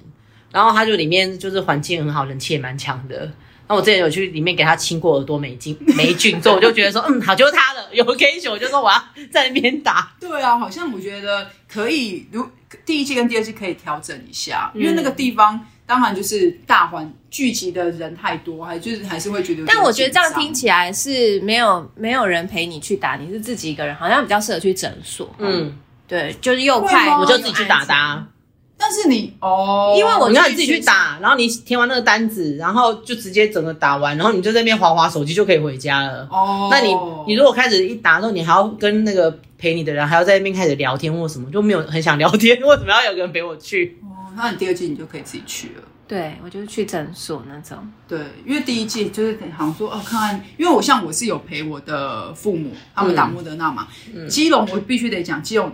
[SPEAKER 1] 然后他就里面就是环境很好，人气也蛮强的。那我之前有去里面给他清过耳朵霉菌 霉菌，所以我就觉得说，嗯，好，就是他了，有可以选，我就说我要在那边打。
[SPEAKER 3] 对啊，好像我觉得可以，如第一季跟第二季可以调整一下，
[SPEAKER 1] 嗯
[SPEAKER 3] 因为那个地方当然就是大环聚集的人太多，还就是还是会觉得有点紧张。
[SPEAKER 4] 但我觉得这样听起来是没有没有人陪你去打，你是自己一个人，好像比较适合去诊所。嗯，
[SPEAKER 1] 嗯，
[SPEAKER 4] 对，就是又快，
[SPEAKER 3] 会吗
[SPEAKER 1] 我就自己去打的啊。
[SPEAKER 3] 但是你哦，
[SPEAKER 4] 因为我
[SPEAKER 1] 你要
[SPEAKER 4] 去
[SPEAKER 1] 自己去
[SPEAKER 4] 学校
[SPEAKER 1] 打，然后你填完那个单子，然后就直接整个打完，然后你就在那边滑滑手机就可以回家了。
[SPEAKER 3] 哦，
[SPEAKER 1] 那你你如果开始一打之后，你还要跟那个陪你的人还要在那边开始聊天或什么，就没有很想聊天， 为什么要有个人陪我去？
[SPEAKER 3] 哦，那你第二季你就可以自己去了。
[SPEAKER 4] 对我就是去诊所那种。
[SPEAKER 3] 对，因为第一季就是好像说哦，看看，因为我像我是有陪我的父母，他们打莫德纳嘛。基隆我必须得讲，基隆，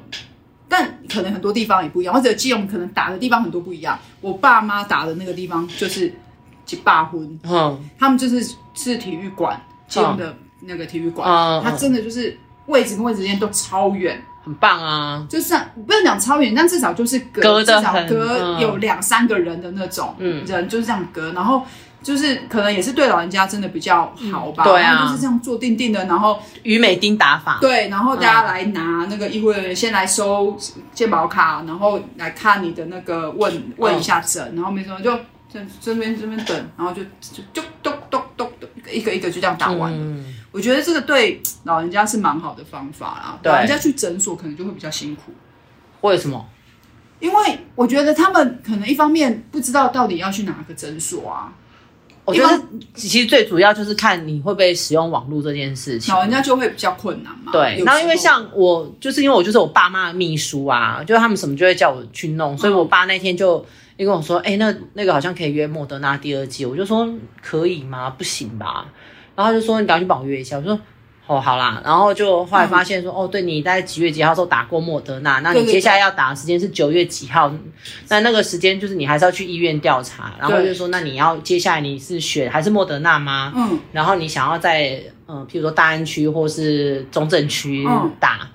[SPEAKER 3] 但可能很多地方也不一样，或者基隆可能打的地方很多不一样。我爸妈打的那个地方就是就霸婚，
[SPEAKER 1] 嗯，
[SPEAKER 3] 他们就是是体育馆，基隆的那个体育馆，
[SPEAKER 1] 嗯嗯
[SPEAKER 3] 它真的就是位置跟位置之间都超远，
[SPEAKER 1] 很棒啊。
[SPEAKER 3] 就算不能讲超远，但至少就是隔
[SPEAKER 1] 隔得
[SPEAKER 3] 至少
[SPEAKER 1] 很
[SPEAKER 3] 隔
[SPEAKER 1] 嗯
[SPEAKER 3] 有两三个人的那种，
[SPEAKER 1] 嗯
[SPEAKER 3] 人就是这样隔，然后就是可能也是对老人家真的比较好
[SPEAKER 1] 嗯
[SPEAKER 3] 吧，
[SPEAKER 1] 对啊
[SPEAKER 3] 他们就是这样坐定定的，然后
[SPEAKER 1] 于美丁打法，
[SPEAKER 3] 对，然后大家来拿那个医护人员先来收健保卡，然后来看你的那个
[SPEAKER 1] 嗯
[SPEAKER 3] 问问一下诊，然后没什么就这这边这边等，然后就就就咚咚咚咚一个一个就这样打完了。
[SPEAKER 1] 嗯，
[SPEAKER 3] 我觉得这个对老人家是蛮好的方法啦，
[SPEAKER 1] 对
[SPEAKER 3] 老人家去诊所可能就会比较辛苦。
[SPEAKER 1] 为什么？
[SPEAKER 3] 因为我觉得他们可能一方面不知道到底要去哪个诊所啊，
[SPEAKER 1] 我觉得其实最主要就是看你会不会使用网络这件事情。
[SPEAKER 3] 老人家就会比较困难嘛。有
[SPEAKER 1] 对
[SPEAKER 3] 时，候
[SPEAKER 1] 然后因为像我，就是因为我就是我爸妈的秘书啊，就是他们什么就会叫我去
[SPEAKER 3] 嗯
[SPEAKER 1] 弄，所以我爸那天就就跟我说，哎、那那个好像可以约莫德纳第二季，我就说嗯可以吗？不行吧？然后他就说你赶快去帮我约一下，我说。哦，好啦，然后就后来发现说，哦，对你在几月几号的时候打过莫德纳，那你
[SPEAKER 3] 对对
[SPEAKER 1] 接下来要打的时间是九月几号，那那个时间就是你还是要去医院调查，然后
[SPEAKER 3] 对
[SPEAKER 1] 就说，那你要接下来你是选还是莫德纳吗？
[SPEAKER 3] 嗯，
[SPEAKER 1] 然后你想要在嗯、呃譬如说大安区或是中正区
[SPEAKER 3] 嗯
[SPEAKER 1] 打，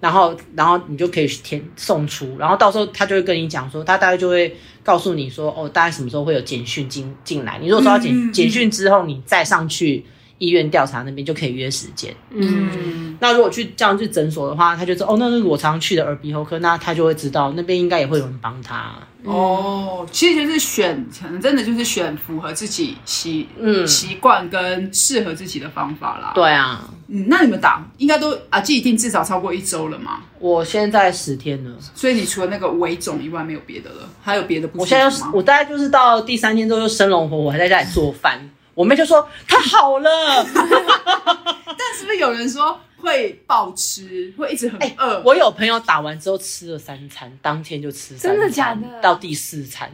[SPEAKER 1] 然后然后你就可以去填送出，然后到时候他就会跟你讲说，他大概就会告诉你说，哦，大概什么时候会有简讯进进来。你如果说要简、
[SPEAKER 3] 嗯嗯嗯
[SPEAKER 1] 简讯之后，你再上去医院调查那边就可以约时间。
[SPEAKER 4] 嗯，
[SPEAKER 1] 那如果去这样去诊所的话，他就说，哦，那是我常去的耳鼻喉科，那他就会知道那边应该也会有人帮他。
[SPEAKER 3] 哦，其实就是选，可能真的就是选符合自己习
[SPEAKER 1] 嗯
[SPEAKER 3] 习惯跟适合自己的方法啦。，
[SPEAKER 1] 对啊，
[SPEAKER 3] 嗯，那你们打应该都啊，记一定至少超过一周了嘛，
[SPEAKER 1] 我现在十天了。
[SPEAKER 3] 所以你除了那个围肿以外没有别的了，还有别的不
[SPEAKER 1] 我
[SPEAKER 3] 舒服
[SPEAKER 1] 现
[SPEAKER 3] 吗？
[SPEAKER 1] 在我大概就是到第三天之后就生龙活虎，还在家里做饭。我妹就说她好了，
[SPEAKER 3] 但是不是有人说会暴吃，会一直很饿？
[SPEAKER 1] 哎我有朋友打完之后吃了三餐，当天就吃三餐，
[SPEAKER 4] 真的假的
[SPEAKER 1] 到第四餐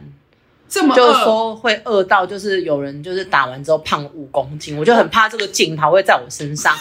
[SPEAKER 3] 这么饿，
[SPEAKER 1] 就是说会饿到，就是有人就是打完之后胖五公斤，我就很怕这个镜头会在我身上。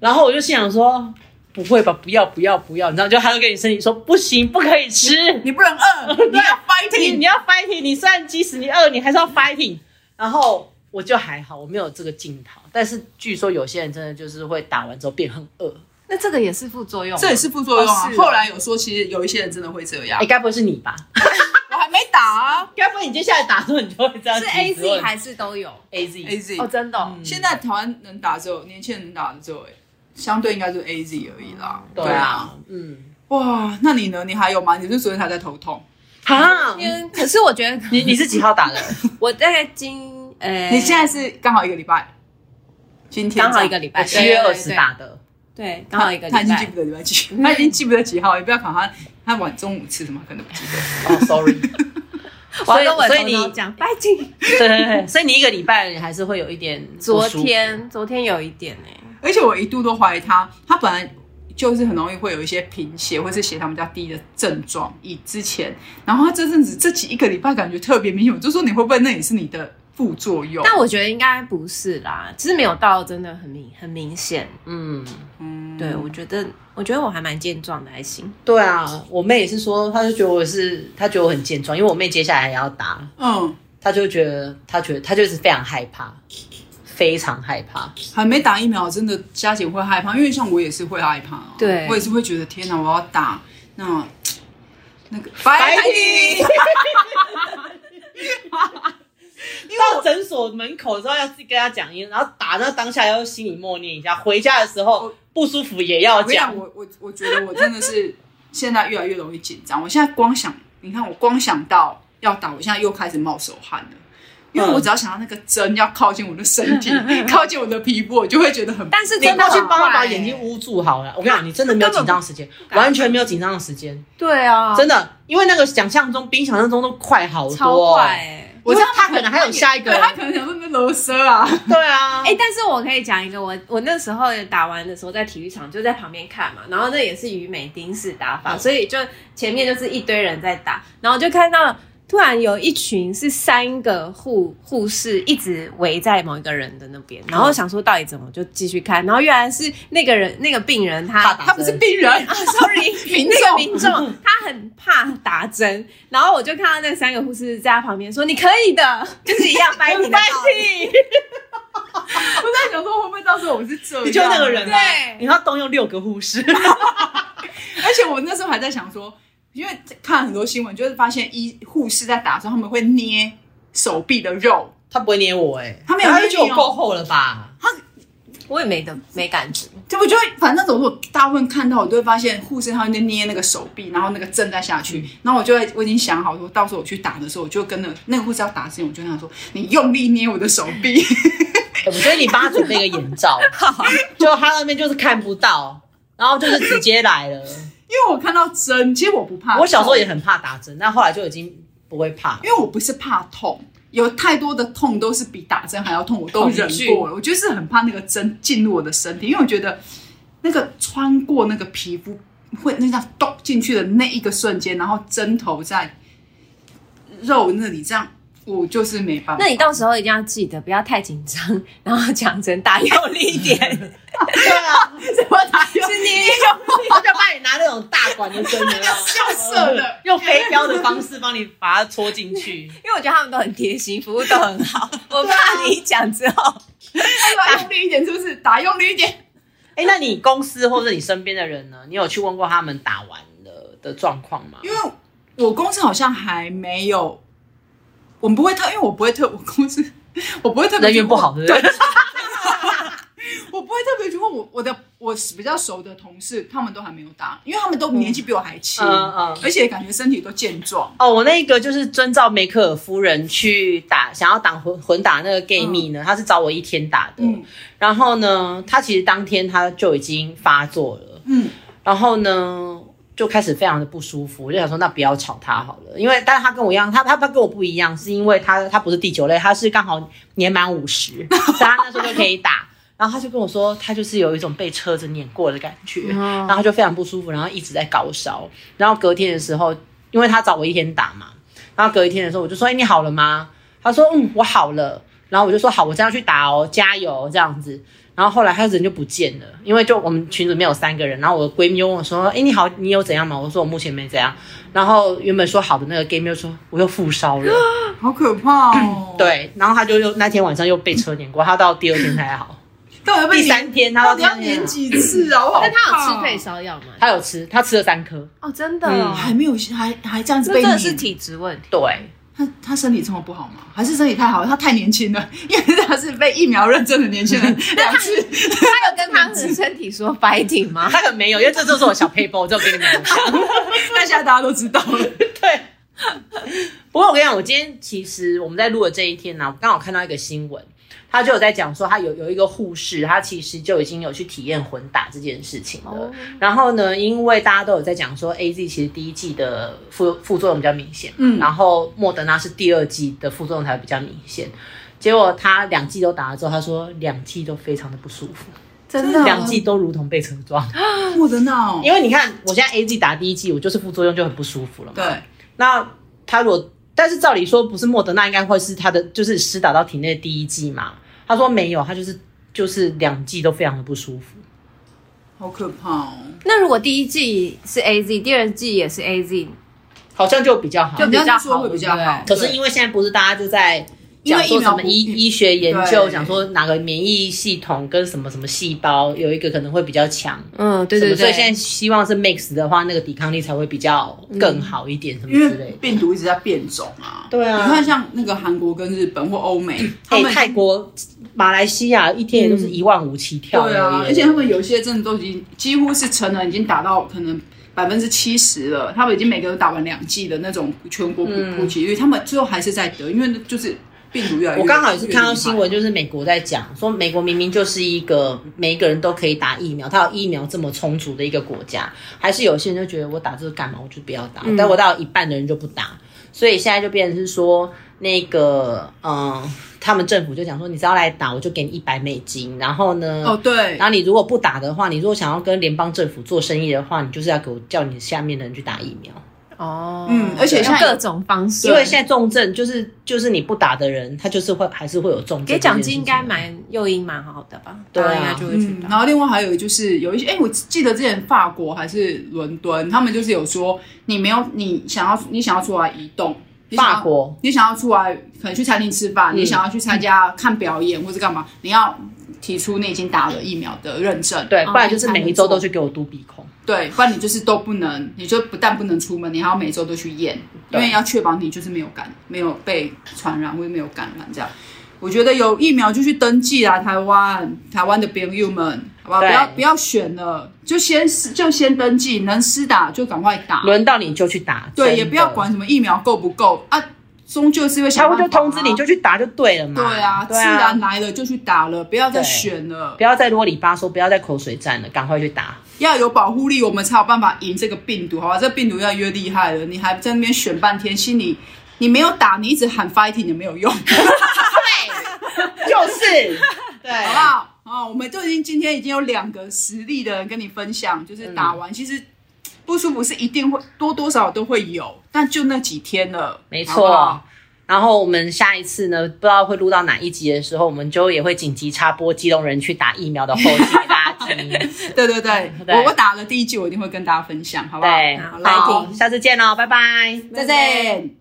[SPEAKER 1] 然后我就心想说，不会吧，不要不要不要，你知道，就他就跟你身体说不行，不可以吃，
[SPEAKER 3] 你不能 饿，你要 fighting，
[SPEAKER 1] 你你要 fighting，你虽然即使你饿，你还是要 fighting。然后我就还好，我没有这个镜头，但是据说有些人真的就是会打完之后变很饿。
[SPEAKER 4] 那这个也是副作用吗，
[SPEAKER 3] 这也是副作用啊。
[SPEAKER 4] 哦是哦
[SPEAKER 3] 后来有说，其实有一些人真的会这样
[SPEAKER 1] 哎，。该不会是你吧？
[SPEAKER 3] 我还没打啊
[SPEAKER 1] 该不会你接下来打的时候你就会这样
[SPEAKER 4] 是
[SPEAKER 1] 子？
[SPEAKER 4] A Z 还是都有？
[SPEAKER 1] A Z？
[SPEAKER 3] ，AZ。
[SPEAKER 4] 哦，真的哦、
[SPEAKER 1] 嗯
[SPEAKER 3] 哎现在台湾能打只有年轻人能打的只有、欸，相对应该就是 AZ 而已啦。
[SPEAKER 1] 对啊，，嗯，
[SPEAKER 3] 哇，那你呢？你还有吗？你是不是昨天才在头痛？
[SPEAKER 1] 啊，
[SPEAKER 4] 因为嗯可是我觉得
[SPEAKER 1] 你你是几号打 的？
[SPEAKER 4] 我大概今呃，
[SPEAKER 3] 你现在是刚好一个礼拜，今天
[SPEAKER 4] 刚好一个礼拜，
[SPEAKER 1] 七月二
[SPEAKER 4] 对
[SPEAKER 1] 哎十，打的。
[SPEAKER 4] 对对对，
[SPEAKER 3] 他
[SPEAKER 4] 刚好一个礼
[SPEAKER 3] 他已经记
[SPEAKER 4] 拜。
[SPEAKER 3] 不得礼拜几，他已经记不得几号，也不要考他，他晚中午吃什么可能不记得。
[SPEAKER 1] 哦，sorry。
[SPEAKER 4] 我
[SPEAKER 1] 所以
[SPEAKER 4] 要跟我
[SPEAKER 1] 所以
[SPEAKER 4] 头脑
[SPEAKER 1] 你
[SPEAKER 4] 讲，拜金。
[SPEAKER 1] 对对对，所以你一个礼拜你还是会有一点不舒
[SPEAKER 4] 昨
[SPEAKER 1] 服
[SPEAKER 4] 天昨天有一点哎、
[SPEAKER 3] 而且我一度都怀疑他，他本来就是很容易会有一些贫血或是血糖比较低的症状，以之前，然后他这阵子这几一个礼拜感觉特别明显，我就说你会不会那也是你的副作用？
[SPEAKER 4] 但我觉得应该不是啦，只是没有到真的很明很明显。
[SPEAKER 1] 嗯，
[SPEAKER 3] 嗯
[SPEAKER 4] 对，我觉得我觉得我还蛮健壮的，还行。
[SPEAKER 1] 对啊，我妹也是说，她就觉得我是，她觉得我很健壮，因为我妹接下来还要打，
[SPEAKER 3] 嗯，
[SPEAKER 1] 她就觉得，她觉得她就是非常害怕，非常害怕。
[SPEAKER 3] 还没打疫苗，真的家姐会害怕，因为像我也是会害怕、啊，
[SPEAKER 4] 对
[SPEAKER 3] 我也是会觉得天哪，我要打那那个白
[SPEAKER 1] 白
[SPEAKER 3] 体，
[SPEAKER 1] 到诊所门口的时候，要自己跟她讲一，然后打那当下要心里默念一下，回家的时候不舒服也要
[SPEAKER 3] 我跟你讲，。我我我觉得我真的是现在越来越容易紧张。我现在光想，你看我光想到要打，我现在又开始冒手汗了，因为
[SPEAKER 1] 嗯
[SPEAKER 3] 我只要想到那个针要靠近我的 身体，靠近我的皮肤，我就会觉得很。
[SPEAKER 4] 但是
[SPEAKER 1] 你
[SPEAKER 4] 真的
[SPEAKER 1] 过去
[SPEAKER 4] 很
[SPEAKER 1] 帮她
[SPEAKER 4] 快
[SPEAKER 1] 把
[SPEAKER 4] 欸
[SPEAKER 1] 眼睛捂住好了。我跟你讲，你真的没有紧张的时间，完全没有紧张的时间，
[SPEAKER 4] 对啊，
[SPEAKER 1] 真的，因为那个想象中比想象中都快好多。哦
[SPEAKER 4] 超快哎、
[SPEAKER 1] 我知道
[SPEAKER 3] 因为
[SPEAKER 1] 他可能还有下一个
[SPEAKER 3] 对他可能想说那螺丝 啊，
[SPEAKER 1] 对啊，
[SPEAKER 4] 哎、但是我可以讲一个，我我那时候打完的时候在体育场就在旁边看嘛，然后那也是于美丁式打法，
[SPEAKER 1] 嗯
[SPEAKER 4] 所以就前面就是一堆人在打，然后就看到突然有一群是三个护护士一直围在某一个人的那边，
[SPEAKER 1] 嗯
[SPEAKER 4] 然后想说到底怎么就继续看，然后原来是那个人那个病人
[SPEAKER 1] 怕
[SPEAKER 4] 他
[SPEAKER 1] 打
[SPEAKER 3] 他不是病人，
[SPEAKER 4] 啊，sorry，
[SPEAKER 3] 民
[SPEAKER 4] 那
[SPEAKER 3] 众
[SPEAKER 4] 个民众
[SPEAKER 1] 嗯
[SPEAKER 4] 他很怕打针，然后我就看到那三个护士在他旁边说：“你可以的，就是一样白你的道理。
[SPEAKER 3] 我在想说会不会到时候我是这 样，
[SPEAKER 1] 你就那个人、啊，
[SPEAKER 4] 对
[SPEAKER 1] 你要动用六个护士，
[SPEAKER 3] 而且我那时候还在想说，因为看很多新闻，就是发现医护士在打的时候，他们会捏手臂的肉，
[SPEAKER 1] 他不会捏我哎、
[SPEAKER 3] 他没有
[SPEAKER 1] 然后
[SPEAKER 3] 捏
[SPEAKER 1] 就
[SPEAKER 3] 你
[SPEAKER 1] 觉得我
[SPEAKER 3] 哦
[SPEAKER 1] 够厚了 吧？”
[SPEAKER 4] 我也没的没感觉，
[SPEAKER 3] 对我就会，反正总是我大部分看到，我都会发现护士他会捏那个手臂，然后那个针再下去，然后我就会我已经想好说，到时候我去打的时候，我就跟那个那个护士要打之前，我就跟他说，你用力捏我的手臂，
[SPEAKER 1] 哎我觉得你帮他准备一个眼罩， 就他那边就是看不到，然后就是直接来 了。
[SPEAKER 3] 因为我看到针，其实我不怕，
[SPEAKER 1] 我小时候也，很怕打针，但后来就已经不会怕 了。
[SPEAKER 3] 因为我不是怕痛。有太多的痛都是比打针还要痛，我都
[SPEAKER 4] 恐
[SPEAKER 3] 忍
[SPEAKER 4] 惧
[SPEAKER 3] 过了。我就是很怕那个针进入我的身体，因为我觉得那个穿过那个皮肤会那样咚进去的那一个瞬间，然后针头在肉那里这样，我就是没办法。
[SPEAKER 4] 那你到时候一定要记得不要太紧张， 然后讲成打有力一点，
[SPEAKER 1] 对啊，
[SPEAKER 3] 怎么打又
[SPEAKER 4] 是你
[SPEAKER 1] 他就帮你拿那种大管的针，有没 有
[SPEAKER 3] 笑色 的？
[SPEAKER 1] 用飞镖的方式帮你把它戳进 去。
[SPEAKER 4] 因为我觉得他们都很贴心，服务都很好， 我怕你讲之后，
[SPEAKER 3] 打用力一点，是不是？打用力一点。
[SPEAKER 1] 哎、那你公司或者你身边的人呢？你有去问过他们打完了的状况吗？
[SPEAKER 3] 因为我公司好像还没有，我们不会特，因为我不会特，我公司我不会特别
[SPEAKER 1] 人缘不好，对
[SPEAKER 3] 对
[SPEAKER 1] 不对？
[SPEAKER 3] 我不会特别去问我我的我比较熟的同事，他们都还没有打，因为他们都年纪比我还轻，
[SPEAKER 1] 嗯嗯
[SPEAKER 3] 而且感觉身体都健壮。
[SPEAKER 1] 哦，我那个就是遵照梅克尔夫人去打，想要打混混打那个 gay 蜜呢，他是找我一天打的。
[SPEAKER 3] 嗯
[SPEAKER 1] 然后呢，他其实当天他就已经发作了，
[SPEAKER 3] 嗯，
[SPEAKER 1] 然后呢就开始非常的不舒服，我就想说那不要吵他好了，因为但是他跟我一样，他他他跟我不一样，是因为他他不是第九类，他是刚好年满五十，所以他那时候就可以打。然后他就跟我说，他就是有一种被车子碾过的感觉，然后他就非常不舒服，然后一直在高烧。然后隔天的时候，因为他找我一天打嘛，然后隔一天的时候，我就说：“哎、你好了吗？”他说：“嗯，我好了。”然后我就说：“好，我这样去打哦，加油这样子。”然后后来她人就不见了，因为就我们群里面有三个人，然后我的闺蜜就问我说：“哎，你好，你有怎样吗？”我说：“我目前没怎样。”然后原本说好的那个 gay 妹就说：“我又复烧了。”
[SPEAKER 3] 好可怕哦！，
[SPEAKER 1] 对，然后他就又那天晚上又被车碾过，他到第二天才好，
[SPEAKER 3] 到底要被
[SPEAKER 1] 第
[SPEAKER 3] 你
[SPEAKER 1] 三天他
[SPEAKER 3] 到
[SPEAKER 1] 到
[SPEAKER 3] 底
[SPEAKER 1] 第
[SPEAKER 3] 要
[SPEAKER 1] 三
[SPEAKER 3] 粘
[SPEAKER 1] 天，
[SPEAKER 3] 几次啊？我好
[SPEAKER 4] 但他有吃
[SPEAKER 3] 怕
[SPEAKER 4] 退烧药吗？
[SPEAKER 1] 他有吃，他吃了三颗，
[SPEAKER 4] 哦，真的哦，
[SPEAKER 3] 还没有还还这样子
[SPEAKER 4] 这
[SPEAKER 3] 被
[SPEAKER 4] 真
[SPEAKER 3] 你
[SPEAKER 4] 的是体质问题。
[SPEAKER 1] 对，
[SPEAKER 3] 他他身体这么不好吗？还是身体太好？他太年轻了，因为他是被疫苗认证的年轻人两次。
[SPEAKER 4] 他有跟他的身体说 fighting 吗？
[SPEAKER 1] 他可能没有，因为这就是我小 paper，我就给你们讲。
[SPEAKER 3] 但现在大家都知道了，
[SPEAKER 1] 对。不过我跟你讲，我今天其实我们在录的这一天呢、我刚好看到一个新闻，他就有在讲说，他有有一个护士，他其实就已经有去体验混打这件事情了。
[SPEAKER 4] 哦
[SPEAKER 1] 然后呢，因为大家都有在讲说，A Z 其实第一季的副副作用比较明显，
[SPEAKER 3] 嗯
[SPEAKER 1] 然后莫德纳是第二季的副作用才比较明显。结果他两季都打了之后，他说两季都非常的不舒服，
[SPEAKER 4] 真
[SPEAKER 3] 嗯
[SPEAKER 4] 的哦
[SPEAKER 1] 两季都如同被车撞。
[SPEAKER 3] 啊我的闹。
[SPEAKER 1] 因为你看，我现在 A G 打第一季，我就是副作用就很不舒服了嘛。
[SPEAKER 3] 对，
[SPEAKER 1] 那他如果，但是照理说不是莫德纳，应该会是他的就是施打到体内的第一剂嘛。他说没有，他就是就是两剂都非常的不舒服。
[SPEAKER 3] 好可怕哦！
[SPEAKER 4] 那如果第一季是 A Z，第二季也是 A Z，
[SPEAKER 1] 好像就比较好
[SPEAKER 4] 就。比较好
[SPEAKER 3] 人家说会比较好，
[SPEAKER 1] 可是因为现在不是大家就在
[SPEAKER 3] 因
[SPEAKER 1] 讲
[SPEAKER 3] 为疫
[SPEAKER 1] 说
[SPEAKER 3] 苗
[SPEAKER 1] 什
[SPEAKER 3] 不
[SPEAKER 1] 么医医学研究，
[SPEAKER 3] 对
[SPEAKER 1] 讲说哪个免疫系统跟什么什么细胞有一个可能会比较强。
[SPEAKER 4] 嗯，对对
[SPEAKER 1] 什么所
[SPEAKER 4] 对，
[SPEAKER 1] 以现在希望是 mix 的话，那个抵抗力才会比较更好一点，什么
[SPEAKER 3] 因
[SPEAKER 1] 之
[SPEAKER 3] 为
[SPEAKER 1] 类的。
[SPEAKER 3] 病毒一直在变种啊。
[SPEAKER 1] 对啊
[SPEAKER 3] 你看像那个韩国跟日本或欧美，他
[SPEAKER 1] 哎、
[SPEAKER 3] 们
[SPEAKER 1] 泰国、马来西亚一天也都是一万五起跳了
[SPEAKER 3] 对啊，
[SPEAKER 1] 耶
[SPEAKER 3] 而且他们有些真的都已经几乎是成人，已经打到可能百分之七十了。他们已经每个都打完两剂的那种全国普
[SPEAKER 1] 嗯
[SPEAKER 3] 普及率，他们最后还是在得，因为就是病毒越来越。
[SPEAKER 1] 我刚好也是看到
[SPEAKER 3] 越厉害
[SPEAKER 1] 新闻，，就是美国在讲说，美国明明就是一个每一个人都可以打疫苗，它有疫苗这么充足的一个国家，还是有些人就觉得我打这个干嘛，我就不要
[SPEAKER 3] 嗯
[SPEAKER 1] 打。但我到一半的人就不打，所以现在就变成是说那个嗯、呃他们政府就讲说，你只要来打，我就给你一百美金。然后呢，
[SPEAKER 3] 哦，对，
[SPEAKER 1] 然后你如果不打的话，你如果想要跟联邦政府做生意的话，你就是要给我叫你下面的人去打疫苗。
[SPEAKER 4] 哦，
[SPEAKER 3] 嗯而且
[SPEAKER 4] 像
[SPEAKER 3] 像
[SPEAKER 4] 各种方式，
[SPEAKER 1] 因为现在重症就是就是你不打的人，他就是会还是会有重症。
[SPEAKER 4] 给奖金应该。蛮诱因蛮好的吧？
[SPEAKER 1] 对啊
[SPEAKER 4] 大家应该就会去
[SPEAKER 3] 嗯，然
[SPEAKER 4] 打。
[SPEAKER 3] 后另外还有就是有一些，哎、我记得之前法国还是伦敦，他们就是有说，你没有你想要你想要出来移动，你想要
[SPEAKER 1] 法国
[SPEAKER 3] 你想要出来可能去餐厅吃饭，
[SPEAKER 1] 嗯
[SPEAKER 3] 你想要去参加看表演或是干嘛，你要提出你已经打了疫苗的认证，
[SPEAKER 1] 对，
[SPEAKER 4] 哦
[SPEAKER 1] 不然就是每一周都去给我嘟鼻孔。
[SPEAKER 3] 对，不然你就是都不能，你就不但不能出门，你还要每周都去验，因
[SPEAKER 1] 对
[SPEAKER 3] 为要确保你就是没有感没有被传染或者没有感染这样。我觉得有疫苗就去登记啦，台湾台湾的朋友们，好吧，不
[SPEAKER 1] 对
[SPEAKER 3] 要不要选了，就先就先登记，能施打就赶快打，
[SPEAKER 1] 轮到你就去打，
[SPEAKER 3] 对，
[SPEAKER 1] 真的
[SPEAKER 3] 也不要管。什么疫苗够不够啊，终究是会
[SPEAKER 1] 他
[SPEAKER 3] 想
[SPEAKER 1] 会
[SPEAKER 3] 办法、
[SPEAKER 1] 就
[SPEAKER 3] 啊。
[SPEAKER 1] 通知你就去打就对了嘛。
[SPEAKER 3] 对啊，自
[SPEAKER 1] 对
[SPEAKER 3] 然
[SPEAKER 1] 啊，
[SPEAKER 3] 来了就去打了，不要再
[SPEAKER 1] 对
[SPEAKER 3] 选了
[SPEAKER 1] 不，要再啰里吧嗦，不要再口水战了，赶快去打。
[SPEAKER 3] 要有保护力，我们才有办法赢这个病毒，好吧？这病毒越来越厉害了，你还在那边选半天，心里你没有打，你一直喊 fighting 也没 有用，
[SPEAKER 1] 就是，
[SPEAKER 4] 嗯
[SPEAKER 1] 对，
[SPEAKER 3] 好不好？啊、我们就已经今天已经有两个实力的人跟你分享，就是打
[SPEAKER 1] 嗯
[SPEAKER 3] 完、其实不舒服是一定会多多少少都会有，但就那几天了，
[SPEAKER 1] 没
[SPEAKER 3] 好不
[SPEAKER 1] 错
[SPEAKER 3] 好。
[SPEAKER 1] 然后我们下一次呢，不知道会录到哪一集的时候，我们就也会紧急插播激动人去打疫苗的后续给大家听。
[SPEAKER 3] 对对对，
[SPEAKER 1] 对
[SPEAKER 3] 我我 打了第一季，我一定会跟大家分享，好不好？
[SPEAKER 1] 对，
[SPEAKER 3] 好
[SPEAKER 1] 好，
[SPEAKER 3] 啦，
[SPEAKER 1] 下次见喽，拜拜。
[SPEAKER 3] 再见。